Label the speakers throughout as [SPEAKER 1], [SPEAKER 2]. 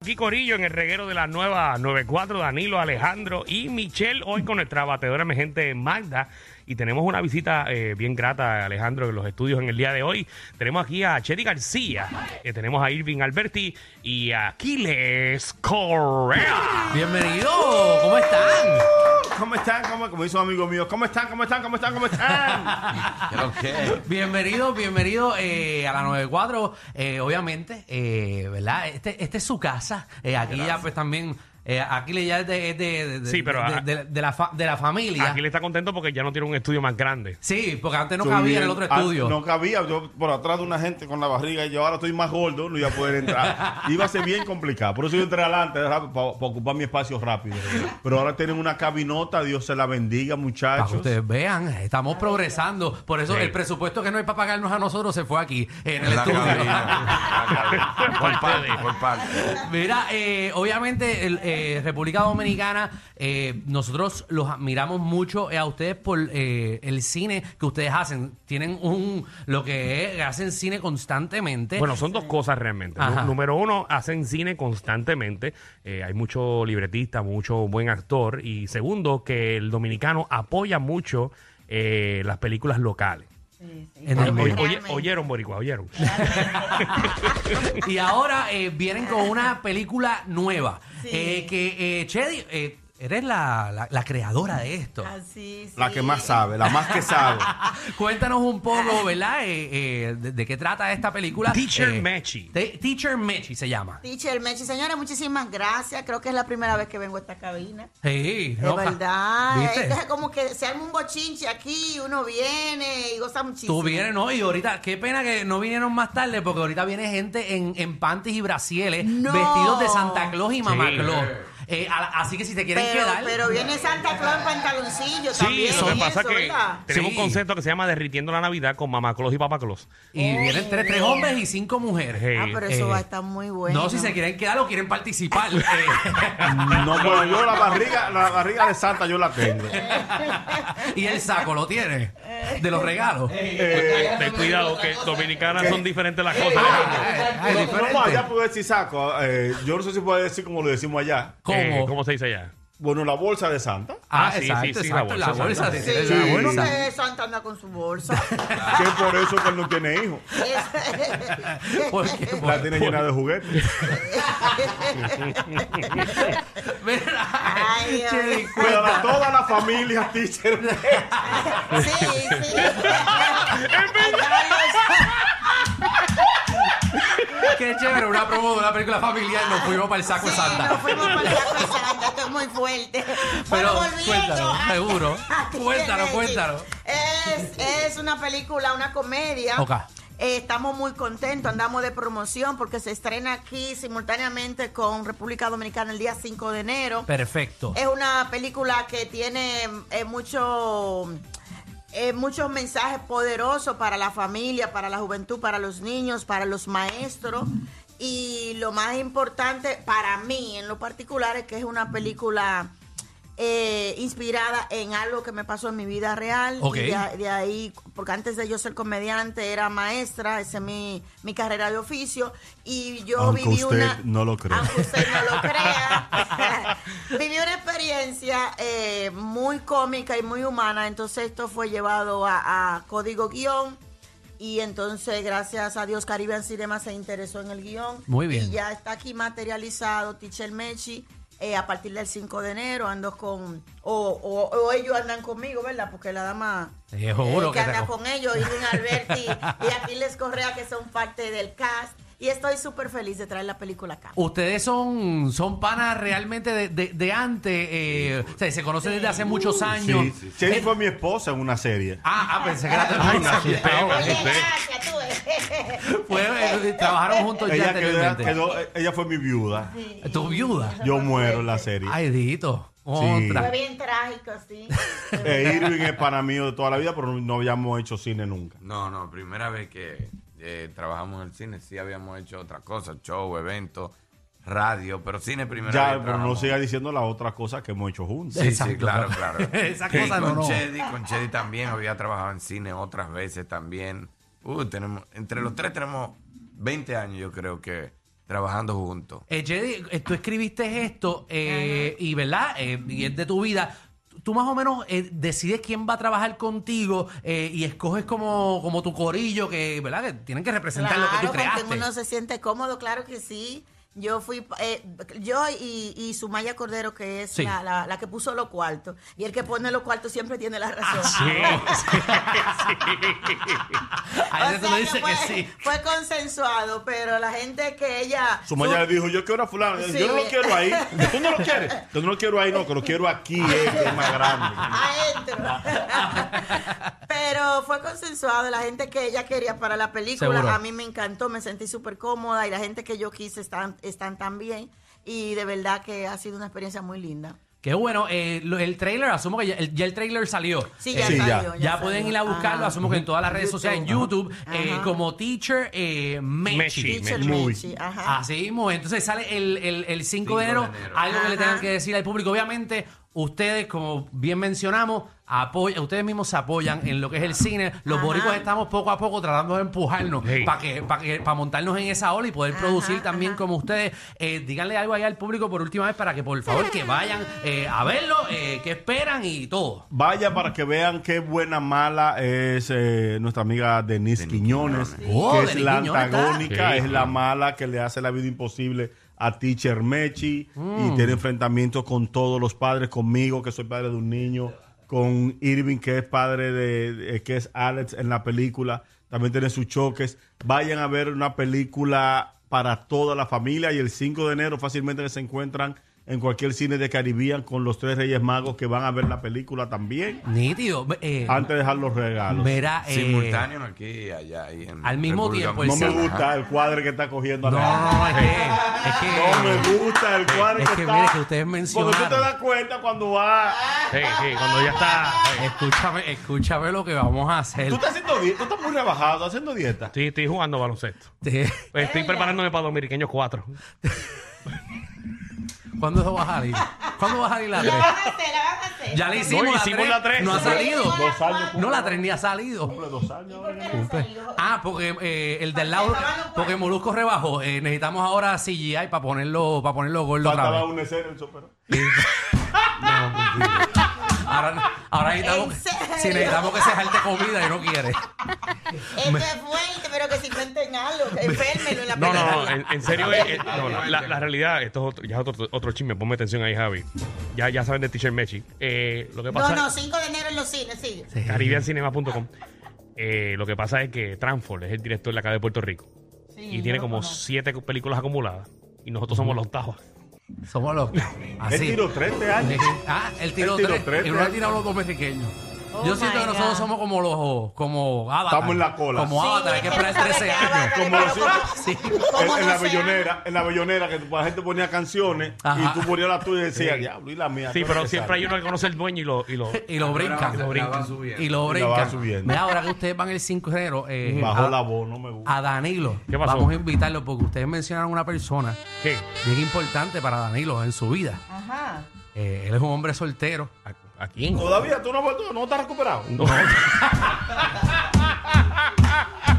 [SPEAKER 1] aquí Corillo en el reguero de la nueva 94, Danilo, Alejandro y Michelle, hoy con nuestra bateadora emergente Magda. Y tenemos una visita eh, bien grata, Alejandro, en los estudios en el día de hoy. Tenemos aquí a Chedi García, eh, tenemos a Irving Alberti y a Aquiles Correa.
[SPEAKER 2] Bienvenido, ¿cómo están?
[SPEAKER 3] ¿Cómo están? ¿Cómo, como hizo un amigo mío. ¿Cómo están? ¿Cómo están? ¿Cómo están? ¿Cómo están?
[SPEAKER 2] Bienvenido, bienvenido eh, a la 94, eh, obviamente, eh, ¿verdad? Este, este es su casa, eh, aquí ya pues también, eh, aquí le ya es de, es de- de- de-
[SPEAKER 1] Sí, pero
[SPEAKER 2] de,
[SPEAKER 1] a-
[SPEAKER 2] de- de la, fa- de la familia.
[SPEAKER 1] Aquiles está contento porque ya no tiene un estudio más grande.
[SPEAKER 2] Sí, porque antes no cabía en el otro
[SPEAKER 3] Ah,
[SPEAKER 2] estudio.
[SPEAKER 3] no cabía. Yo por atrás de una gente con la barriga y yo ahora estoy más gordo, no iba a poder entrar. Iba a ser bien complicado. Por eso yo entré adelante rápido, para, ocupar mi espacio rápido. Pero ahora tienen una cabinota, Dios se la bendiga,
[SPEAKER 2] Para que
[SPEAKER 3] muchachos.
[SPEAKER 2] ustedes vean, estamos progresando. Por eso
[SPEAKER 1] Sí.
[SPEAKER 2] el presupuesto que no hay para pagarnos a nosotros se fue aquí, en el
[SPEAKER 4] En la
[SPEAKER 2] estudio.
[SPEAKER 4] cabina. Por parte, por parte.
[SPEAKER 2] Mira, eh, obviamente el, eh, República Dominicana, eh, nosotros los admiramos mucho eh, a ustedes por eh, el cine que ustedes hacen. Tienen un, lo que es, hacen cine constantemente.
[SPEAKER 1] Bueno, son dos cosas realmente.
[SPEAKER 2] Ajá.
[SPEAKER 1] Nú- Número uno, hacen cine constantemente. Eh, hay mucho libretista, mucho buen actor. Y segundo, que el dominicano apoya mucho eh, las películas locales.
[SPEAKER 2] En
[SPEAKER 1] Oye-
[SPEAKER 2] el-
[SPEAKER 1] oye-
[SPEAKER 5] Realmente.
[SPEAKER 1] oyeron, Boricua, oyeron.
[SPEAKER 2] y ahora eh, vienen con una película nueva.
[SPEAKER 5] Sí.
[SPEAKER 2] Eh, que, eh, Chedi, eh, eres la, la- la creadora de esto. Ah,
[SPEAKER 5] Así, sí.
[SPEAKER 3] La que más sabe, la más que sabe.
[SPEAKER 2] Cuéntanos un poco, ¿verdad? Eh, eh, de, de qué trata esta película.
[SPEAKER 1] Teacher
[SPEAKER 2] Eh,
[SPEAKER 1] Mechi.
[SPEAKER 2] Te- Teacher Mechi se llama.
[SPEAKER 5] Teacher Mechi, señores, muchísimas gracias. Creo que es la primera vez que vengo a esta cabina.
[SPEAKER 2] Sí,
[SPEAKER 5] De
[SPEAKER 2] no, pa-
[SPEAKER 5] verdad.
[SPEAKER 2] ¿Viste?
[SPEAKER 5] Entonces, como que se arma un bochinche aquí, uno viene y goza muchísimo.
[SPEAKER 2] Tú vienes, no, y ahorita, qué pena que no vinieron más tarde, porque ahorita viene gente en, en panties y brasieles,
[SPEAKER 5] No.
[SPEAKER 2] vestidos de Santa Claus y Mamá
[SPEAKER 1] Sí.
[SPEAKER 2] Claus. Eh, a la- así que si te quieren
[SPEAKER 5] Pero,
[SPEAKER 2] quedar.
[SPEAKER 5] pero viene Santa Claus en pantaloncillo
[SPEAKER 1] Sí,
[SPEAKER 5] también.
[SPEAKER 1] lo que
[SPEAKER 5] y
[SPEAKER 1] pasa
[SPEAKER 5] eso,
[SPEAKER 1] que
[SPEAKER 5] ¿verdad?
[SPEAKER 1] tenemos
[SPEAKER 2] Sí.
[SPEAKER 1] un concepto que se llama Derritiendo la Navidad con Mamá Claus y Papá Claus.
[SPEAKER 2] Y
[SPEAKER 5] Oh.
[SPEAKER 2] vienen tres, tres hombres y cinco mujeres.
[SPEAKER 1] Hey.
[SPEAKER 5] Ah, pero eso
[SPEAKER 2] Eh,
[SPEAKER 5] va a estar muy bueno.
[SPEAKER 2] No, si se quieren quedar o quieren participar. Eh,
[SPEAKER 3] No, pero yo la barriga, la barriga de Santa yo la tengo.
[SPEAKER 2] y el saco lo tiene, de los regalos.
[SPEAKER 1] Pues, Ten cuidado, que dominicanas son diferentes las cosas. ¿eh? Alejandro.
[SPEAKER 2] Ah, es
[SPEAKER 3] No,
[SPEAKER 2] diferente.
[SPEAKER 3] no, allá puedo decir saco. eh, yo no sé si puedo decir como lo decimos allá.
[SPEAKER 2] ¿Cómo?
[SPEAKER 1] Eh, ¿Cómo se dice allá?
[SPEAKER 3] Bueno, la bolsa de Santa.
[SPEAKER 2] Ah,
[SPEAKER 1] Ah, sí,
[SPEAKER 2] exacto,
[SPEAKER 1] sí, sí, la
[SPEAKER 2] exacto, la
[SPEAKER 1] bolsa,
[SPEAKER 2] bolsa.
[SPEAKER 1] exacto.
[SPEAKER 2] si tienes
[SPEAKER 5] Sí,
[SPEAKER 2] la
[SPEAKER 3] bueno,
[SPEAKER 2] bolsa.
[SPEAKER 5] porque Santa anda con su bolsa.
[SPEAKER 3] Que es por eso que él no tiene hijos.
[SPEAKER 5] Es-
[SPEAKER 2] Porque-
[SPEAKER 3] La tiene llena de juguetes.
[SPEAKER 2] Mira,
[SPEAKER 5] Ay, Dios.
[SPEAKER 2] Chedi,
[SPEAKER 3] Pero
[SPEAKER 2] cuenta.
[SPEAKER 3] a toda la familia, teacher.
[SPEAKER 5] Sí, sí. Ay,
[SPEAKER 2] Qué chévere, una promo de una película familiar nos fuimos para el saco de
[SPEAKER 5] Sí,
[SPEAKER 2] Santa.
[SPEAKER 5] nos fuimos para la cosa Santa, esto es muy fuerte.
[SPEAKER 2] Pero
[SPEAKER 5] Bueno, volviendo
[SPEAKER 2] cuéntalo,
[SPEAKER 5] a- Ah,
[SPEAKER 2] seguro.
[SPEAKER 5] a ti,
[SPEAKER 2] Cuéntalo,
[SPEAKER 5] Messi.
[SPEAKER 2] cuéntalo.
[SPEAKER 5] Es, es una película, una comedia.
[SPEAKER 2] Ok.
[SPEAKER 5] Eh, estamos muy contentos, andamos de promoción porque se estrena aquí simultáneamente con República Dominicana el día 5 de enero.
[SPEAKER 2] Perfecto.
[SPEAKER 5] Es una película que tiene eh, mucho, eh, muchos mensajes poderosos para la familia, para la juventud, para los niños, para los maestros. Y lo más importante para mí en lo particular es que es una película eh, inspirada en algo que me pasó en mi vida real.
[SPEAKER 2] Ok.
[SPEAKER 5] Y de, a- de ahí, porque antes de yo ser comediante era maestra, esa es mi, mi carrera de oficio. Y yo
[SPEAKER 3] Aunque
[SPEAKER 5] viví
[SPEAKER 3] usted
[SPEAKER 5] una...
[SPEAKER 3] no lo crea.
[SPEAKER 5] Aunque usted no lo crea. Viví una experiencia eh, muy cómica y muy humana. Entonces esto fue llevado a, a código guión. Y entonces, gracias a Dios, Caribbean Cinema se interesó en el guión.
[SPEAKER 2] Muy bien.
[SPEAKER 5] Y ya está aquí materializado Teacher Mechi. eh, a partir del 5 de enero ando con... O, o- o ellos andan conmigo, ¿verdad? Porque la dama...
[SPEAKER 2] Te juro
[SPEAKER 5] eh, que
[SPEAKER 2] que te
[SPEAKER 5] anda
[SPEAKER 2] co-
[SPEAKER 5] con ellos, Irving Alberti y Aquiles Correa, que son parte del cast. Y estoy súper feliz de traer la película acá.
[SPEAKER 2] Ustedes son, son panas realmente de, de- de antes, eh, o sea, se conocen desde hace muchos años.
[SPEAKER 3] Uh,
[SPEAKER 2] Eh,
[SPEAKER 3] Sí, sí. Jenny fue mi esposa en una serie.
[SPEAKER 2] Ah, ah, pensé que era
[SPEAKER 1] Ay, me asusté, me
[SPEAKER 5] Oye,
[SPEAKER 1] asusté.
[SPEAKER 5] gracias, tú. eh.
[SPEAKER 2] Fue, eh, Trabajaron juntos ya
[SPEAKER 3] Ella, quedó,
[SPEAKER 2] anteriormente.
[SPEAKER 3] quedó- ella fue mi viuda.
[SPEAKER 2] Tu viuda.
[SPEAKER 3] Yo muero en la serie.
[SPEAKER 2] Ay, Dito.
[SPEAKER 5] Fue
[SPEAKER 2] Otra.
[SPEAKER 5] bien trágico, sí.
[SPEAKER 3] Eh, Irving es pana mío de toda la vida, pero no habíamos hecho cine nunca.
[SPEAKER 4] No, no, primera vez que eh, trabajamos en el cine, sí habíamos hecho otras cosas, show, eventos, radio, pero cine primera vez.
[SPEAKER 3] Ya, pero no
[SPEAKER 4] trabajamos.
[SPEAKER 3] siga diciendo las otras cosas que hemos hecho juntos.
[SPEAKER 4] Sí,
[SPEAKER 2] Exacto.
[SPEAKER 4] sí, claro, claro.
[SPEAKER 2] Esas
[SPEAKER 4] Y
[SPEAKER 2] cosas no,
[SPEAKER 4] con
[SPEAKER 2] no.
[SPEAKER 4] Chedi, con Chedi también había trabajado en cine otras veces también. Uh, tenemos, entre los tres tenemos 20 años, yo creo que trabajando juntos.
[SPEAKER 2] Eh, Jedi, eh, tú escribiste esto eh, y, ¿verdad? Eh, y es de tu vida. Tú más o menos eh, decides quién va a trabajar contigo eh, y escoges como, como tu corillo, que, ¿verdad? Que tienen que representar lo que tú
[SPEAKER 5] con quien
[SPEAKER 2] creaste.
[SPEAKER 5] uno se siente cómodo, claro que sí. Yo fui, eh, yo y, y Sumaya Cordero, que es
[SPEAKER 2] Sí.
[SPEAKER 5] la, la- la que puso los cuartos. Y el que pone los cuartos siempre tiene
[SPEAKER 2] Ah,
[SPEAKER 5] la razón.
[SPEAKER 1] Sí, sí, sí.
[SPEAKER 2] A
[SPEAKER 5] O
[SPEAKER 2] veces tú
[SPEAKER 5] sea pues.
[SPEAKER 2] me dices
[SPEAKER 5] fue,
[SPEAKER 2] que sí.
[SPEAKER 5] fue consensuado, pero la gente que ella...
[SPEAKER 3] Sumaya le dijo, yo quiero a fulano.
[SPEAKER 5] Sí.
[SPEAKER 3] Yo no lo quiero ahí. ¿Tú no lo quieres? Yo no lo quiero ahí, no, que lo quiero aquí, eh, que es más grande.
[SPEAKER 5] adentro. Pero fue consensuado, la gente que ella quería para la película,
[SPEAKER 2] Seguro.
[SPEAKER 5] a mí me encantó, me sentí súper cómoda y la gente que yo quise están, están tan bien y de verdad que ha sido una experiencia muy linda.
[SPEAKER 2] Qué bueno. eh, lo- el trailer, asumo que ya el, ya el trailer salió.
[SPEAKER 5] Sí, ya
[SPEAKER 2] Eh,
[SPEAKER 3] Sí, ya.
[SPEAKER 5] salió, ya
[SPEAKER 2] Ya, pueden
[SPEAKER 5] salió.
[SPEAKER 2] ir a buscarlo,
[SPEAKER 5] Ajá.
[SPEAKER 2] asumo que en todas las redes sociales, en YouTube, eh,
[SPEAKER 5] Ajá.
[SPEAKER 2] como Teacher eh, Mechi.
[SPEAKER 1] Mechi.
[SPEAKER 5] Teacher
[SPEAKER 3] Movie.
[SPEAKER 5] Menchi, ajá.
[SPEAKER 2] Así mismo, entonces sale el, el, el 5 de enero,
[SPEAKER 4] de enero.
[SPEAKER 2] algo que le
[SPEAKER 5] Ajá.
[SPEAKER 2] tengan que decir al público. Obviamente, ustedes, como bien mencionamos, apoya, ustedes mismos se apoyan en lo que es el cine. Los
[SPEAKER 5] Ajá.
[SPEAKER 2] boricuas estamos poco a poco tratando de empujarnos
[SPEAKER 1] Sí.
[SPEAKER 2] para que, para que, para montarnos en esa ola y poder
[SPEAKER 5] Ajá,
[SPEAKER 2] producir también
[SPEAKER 5] ajá.
[SPEAKER 2] como ustedes. Eh, díganle algo allá al público por última vez para que por favor que vayan eh, a verlo, eh, que esperan y todo.
[SPEAKER 3] Vaya para que vean qué buena mala es eh, nuestra amiga Denise,
[SPEAKER 4] Denise
[SPEAKER 3] Quiñones, que
[SPEAKER 4] Quiñones.
[SPEAKER 2] Oh,
[SPEAKER 3] es
[SPEAKER 2] Denise
[SPEAKER 3] la
[SPEAKER 2] Quiñones está.
[SPEAKER 3] antagónica,
[SPEAKER 1] Sí.
[SPEAKER 3] es la mala que le hace la vida imposible a Teacher Mechi y tiene enfrentamientos con todos los padres, conmigo que soy padre de un niño, con Irving que es padre de, de- que es Alex en la película, también tiene sus choques. Vayan a ver una película para toda la familia y el 5 de enero fácilmente se encuentran en cualquier cine de Caribbean con los tres Reyes Magos que van a ver la película también
[SPEAKER 2] Nítido. eh,
[SPEAKER 3] antes de dejar Ah, los regalos.
[SPEAKER 2] verá, eh,
[SPEAKER 4] Simultáneo aquí y allá. y en
[SPEAKER 2] al mismo
[SPEAKER 4] República
[SPEAKER 2] tiempo, el
[SPEAKER 3] no me
[SPEAKER 4] Dominicana.
[SPEAKER 3] gusta el cuadre que está cogiendo
[SPEAKER 2] No,
[SPEAKER 3] acá.
[SPEAKER 2] no, no, es que- es que-
[SPEAKER 3] No me gusta el cuadro
[SPEAKER 2] Es
[SPEAKER 3] que,
[SPEAKER 2] que
[SPEAKER 3] está.
[SPEAKER 2] mire que ustedes mencionaron.
[SPEAKER 3] Porque tú te das cuenta cuando va.
[SPEAKER 1] Sí, sí, cuando ya está. eh, sí.
[SPEAKER 2] Escúchame, escúchame lo que vamos a hacer.
[SPEAKER 3] Tú estás haciendo dieta, tú estás muy rebajado, estás haciendo dieta.
[SPEAKER 1] Estoy, estoy jugando baloncesto.
[SPEAKER 2] Te-
[SPEAKER 1] Estoy preparándome para Dominiqueños 4.
[SPEAKER 2] ¿Cuándo eso va a salir? ¿Cuándo va a salir la 3?
[SPEAKER 5] hacer, la van a hacer.
[SPEAKER 2] Ya le hicimos,
[SPEAKER 1] No,
[SPEAKER 2] la,
[SPEAKER 1] hicimos
[SPEAKER 2] 3.
[SPEAKER 1] la tres.
[SPEAKER 2] No ha
[SPEAKER 1] Sí,
[SPEAKER 2] salido.
[SPEAKER 3] Dos años.
[SPEAKER 2] No, la
[SPEAKER 3] tres.
[SPEAKER 2] 3 ni ha salido.
[SPEAKER 3] Dos años. ahora.
[SPEAKER 2] Ah, porque eh, el del lado,
[SPEAKER 5] Porque estaban los
[SPEAKER 2] porque Molusco rebajó. Eh, necesitamos ahora CGI para ponerlo, para ponerlo gordo otra
[SPEAKER 3] Faltaba
[SPEAKER 2] vez.
[SPEAKER 3] un escena en sopero.
[SPEAKER 2] Ahora, ahora necesitamos,
[SPEAKER 5] ¿En serio?
[SPEAKER 2] si necesitamos que se jalte comida y no quiere.
[SPEAKER 5] Este Es que fuerte, pero que se inventen algo, que enfermenlo en la
[SPEAKER 1] No, no,
[SPEAKER 5] película.
[SPEAKER 1] no, en, en serio, eh, eh, no, la, la- la realidad, esto es otro, ya es otro, otro chisme, ponme atención ahí, Javi. Ya, ya saben de Teacher Mechi. Eh, lo que
[SPEAKER 5] No,
[SPEAKER 1] pasa
[SPEAKER 5] no, 5 de enero en los cines, sí.
[SPEAKER 1] CaribbeanCinema.com. Eh, lo que pasa es que Transford es el director de la Academia de Puerto Rico
[SPEAKER 5] Sí,
[SPEAKER 1] y
[SPEAKER 5] yo
[SPEAKER 1] tiene
[SPEAKER 5] lo
[SPEAKER 1] como
[SPEAKER 5] conozco.
[SPEAKER 1] siete películas acumuladas y nosotros somos los octavos.
[SPEAKER 2] Somos los
[SPEAKER 3] Él
[SPEAKER 2] así.
[SPEAKER 3] tiró 30 años.
[SPEAKER 2] Ah, el tiro
[SPEAKER 3] El tiro
[SPEAKER 2] 3.
[SPEAKER 3] tres,
[SPEAKER 2] Y uno ha
[SPEAKER 3] tres.
[SPEAKER 2] tirado los dos mexiqueños.
[SPEAKER 5] Oh
[SPEAKER 2] Yo siento
[SPEAKER 5] my
[SPEAKER 2] que nosotros
[SPEAKER 5] God.
[SPEAKER 2] somos como los como Avatar.
[SPEAKER 3] Estamos en la cola.
[SPEAKER 2] Como
[SPEAKER 5] Sí,
[SPEAKER 2] Avatar, hay
[SPEAKER 5] es
[SPEAKER 2] que
[SPEAKER 5] que
[SPEAKER 2] esperar
[SPEAKER 5] no sabe
[SPEAKER 2] 13
[SPEAKER 5] qué
[SPEAKER 2] años.
[SPEAKER 5] Avatar es,
[SPEAKER 3] Como
[SPEAKER 5] pero
[SPEAKER 3] así.
[SPEAKER 5] como-
[SPEAKER 2] Sí.
[SPEAKER 5] como
[SPEAKER 3] En, en
[SPEAKER 5] no
[SPEAKER 3] la
[SPEAKER 5] sea-
[SPEAKER 3] bellonera, en la bellonera que la gente ponía canciones
[SPEAKER 2] Ajá.
[SPEAKER 3] y tú ponías la tuya y decías, diablo, y la mía.
[SPEAKER 1] Sí,
[SPEAKER 3] ¿cuál
[SPEAKER 1] pero
[SPEAKER 3] es que
[SPEAKER 1] siempre
[SPEAKER 3] sale?"
[SPEAKER 1] hay uno que conoce el dueño y lo... Y lo
[SPEAKER 2] Y lo brinca.
[SPEAKER 4] Y lo brinca.
[SPEAKER 2] Y lo
[SPEAKER 3] Y la va
[SPEAKER 2] brinca.
[SPEAKER 3] subiendo.
[SPEAKER 2] Mira, ahora que ustedes van el 5 de enero, eh, Ah.
[SPEAKER 3] Bajó
[SPEAKER 2] a,
[SPEAKER 3] la voz, no me gusta.
[SPEAKER 2] a Danilo,
[SPEAKER 1] ¿Qué pasó?
[SPEAKER 2] vamos a invitarlo porque ustedes mencionaron una persona
[SPEAKER 1] ¿Qué?
[SPEAKER 2] bien importante para Danilo en su vida.
[SPEAKER 5] Ajá.
[SPEAKER 2] Eh, él es un hombre soltero.
[SPEAKER 1] ¿A, a quién?
[SPEAKER 3] Todavía tú no, has vuelto- no estás recuperado.
[SPEAKER 1] No,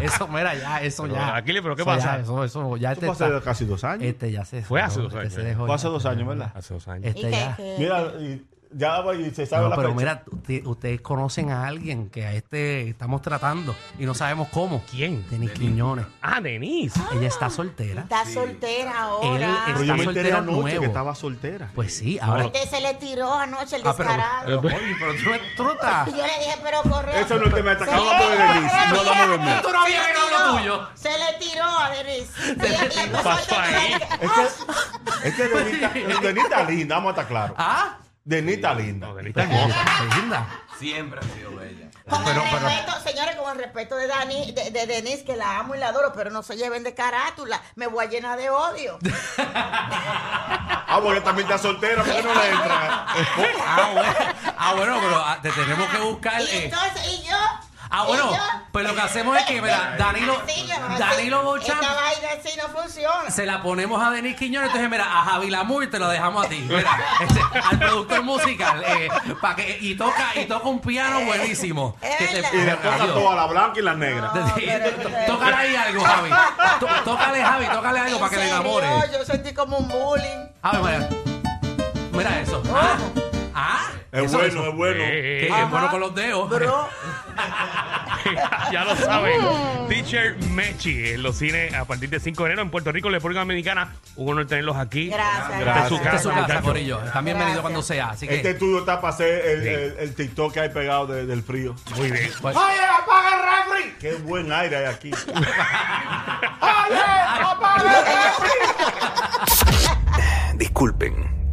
[SPEAKER 2] Eso, mira, ya, eso
[SPEAKER 1] Pero,
[SPEAKER 2] ya.
[SPEAKER 1] Aquiles, ¿pero qué
[SPEAKER 2] Eso ya,
[SPEAKER 1] pasa?
[SPEAKER 2] eso, eso, ya este
[SPEAKER 3] Esto fue hace
[SPEAKER 2] está.
[SPEAKER 3] casi dos años.
[SPEAKER 2] Este ya se
[SPEAKER 1] Fue hace
[SPEAKER 2] dejó,
[SPEAKER 1] dos
[SPEAKER 2] este
[SPEAKER 1] años,
[SPEAKER 2] se
[SPEAKER 1] eh.
[SPEAKER 2] dejó,
[SPEAKER 3] Fue
[SPEAKER 2] ya
[SPEAKER 3] hace
[SPEAKER 2] se
[SPEAKER 3] dos
[SPEAKER 2] dejó.
[SPEAKER 3] años, ¿verdad?
[SPEAKER 1] hace dos años.
[SPEAKER 5] ¿Y
[SPEAKER 2] Este
[SPEAKER 5] qué-
[SPEAKER 2] ya.
[SPEAKER 5] qué-
[SPEAKER 3] Mira, y ya va y se sabe
[SPEAKER 2] No,
[SPEAKER 3] la
[SPEAKER 2] pero
[SPEAKER 3] fecha.
[SPEAKER 2] mira, usted- ustedes conocen a alguien que a este estamos tratando y no sabemos cómo.
[SPEAKER 1] ¿Quién?
[SPEAKER 2] Denis Quiñones.
[SPEAKER 1] Ah, Denise.
[SPEAKER 2] Ella está soltera.
[SPEAKER 5] Está soltera ahora.
[SPEAKER 2] Él
[SPEAKER 3] Pero yo
[SPEAKER 2] está
[SPEAKER 3] me enteré
[SPEAKER 2] soltero
[SPEAKER 3] anoche
[SPEAKER 2] nuevo.
[SPEAKER 3] que estaba soltera.
[SPEAKER 2] Pues sí, ahora.
[SPEAKER 5] Este se le tiró anoche el
[SPEAKER 2] Ah, pero-
[SPEAKER 5] descarado.
[SPEAKER 2] pero, oye, pero tú, tú no estás.
[SPEAKER 5] Y yo le dije, pero corre.
[SPEAKER 3] Eso no es el tema, está
[SPEAKER 5] Se
[SPEAKER 3] acabando
[SPEAKER 5] le
[SPEAKER 3] de
[SPEAKER 5] tiró,
[SPEAKER 3] Denise,
[SPEAKER 5] se le
[SPEAKER 3] no hablamos de
[SPEAKER 5] tiró,
[SPEAKER 3] mí.
[SPEAKER 2] Tú no habías
[SPEAKER 5] se le
[SPEAKER 2] grabado lo
[SPEAKER 5] tiró,
[SPEAKER 2] tuyo.
[SPEAKER 5] Se le tiró a Denise.
[SPEAKER 2] le tiró.
[SPEAKER 1] Pasó ahí.
[SPEAKER 3] Es que, es que Denita, Denita linda, vamos a estar claros.
[SPEAKER 2] ¿Ah?
[SPEAKER 3] Denita linda.
[SPEAKER 1] No,
[SPEAKER 3] Pero
[SPEAKER 1] Denise
[SPEAKER 2] Oh.
[SPEAKER 1] Eh, está hermosa.
[SPEAKER 2] Qué linda.
[SPEAKER 4] Siempre ha sido bella.
[SPEAKER 5] Con
[SPEAKER 2] Pero-
[SPEAKER 5] el
[SPEAKER 2] pero-
[SPEAKER 5] respeto, señores, con el respeto de, Dani, de, de Denise, que la amo y la adoro, pero no se lleven de carátula. Me voy a llenar de odio.
[SPEAKER 3] Ah, porque también está soltera, ¿por qué no le entra?
[SPEAKER 2] Ah, bueno, ah, bueno pero ah, te tenemos que buscar.
[SPEAKER 5] Y
[SPEAKER 2] eh,
[SPEAKER 5] entonces, y yo.
[SPEAKER 2] Ah, bueno,
[SPEAKER 5] ¿Y yo?
[SPEAKER 2] Pues lo que hacemos es que, mira, Danilo,
[SPEAKER 5] Así no, así.
[SPEAKER 2] Danilo Bochamp
[SPEAKER 5] Esta vaina así no funciona.
[SPEAKER 2] se la ponemos a Denis Quiñones, entonces mira, a Javi Lamour te lo dejamos a ti, mira, este, al productor musical, eh, pa' que, y toca, y toca un piano buenísimo.
[SPEAKER 5] Eh, Es
[SPEAKER 2] Que te-
[SPEAKER 5] verdad.
[SPEAKER 3] Y le toca toda la blanca y la negra.
[SPEAKER 5] No,
[SPEAKER 2] Sí,
[SPEAKER 5] pero es
[SPEAKER 2] tó-
[SPEAKER 5] verdad.
[SPEAKER 2] tócale ahí algo, Javi. Tó- Tócale, Javi, tócale algo
[SPEAKER 5] En
[SPEAKER 2] para que le
[SPEAKER 5] serio,
[SPEAKER 2] enamore.
[SPEAKER 5] Yo sentí como un bullying.
[SPEAKER 2] Javi, mira. Mira eso.
[SPEAKER 5] Oh.
[SPEAKER 2] Ah, ah,
[SPEAKER 3] Es
[SPEAKER 2] eso,
[SPEAKER 3] bueno,
[SPEAKER 2] eso.
[SPEAKER 3] es bueno.
[SPEAKER 1] Eh,
[SPEAKER 2] Que-
[SPEAKER 1] eh,
[SPEAKER 2] que es bueno con los dedos.
[SPEAKER 5] Bro,
[SPEAKER 1] ya lo saben. Teacher Mechi en los cines a partir de 5 de enero en Puerto Rico, en la República Dominicana. Un honor tenerlos aquí.
[SPEAKER 5] gracias.
[SPEAKER 1] Esta es su
[SPEAKER 2] Esta
[SPEAKER 3] Gracias.
[SPEAKER 2] es su casa,
[SPEAKER 1] muchachos.
[SPEAKER 2] Corillo. Están bienvenidos
[SPEAKER 5] Gracias.
[SPEAKER 2] cuando sea. Así
[SPEAKER 3] Este
[SPEAKER 2] que.
[SPEAKER 3] estudio está para hacer el, el- el TikTok que hay pegado de- del frío.
[SPEAKER 1] Muy bien.
[SPEAKER 2] pues,
[SPEAKER 3] ¡Oye, apaga el refri! ¡Qué buen aire hay aquí! ¡Oye, apaga el refri!
[SPEAKER 6] Disculpen,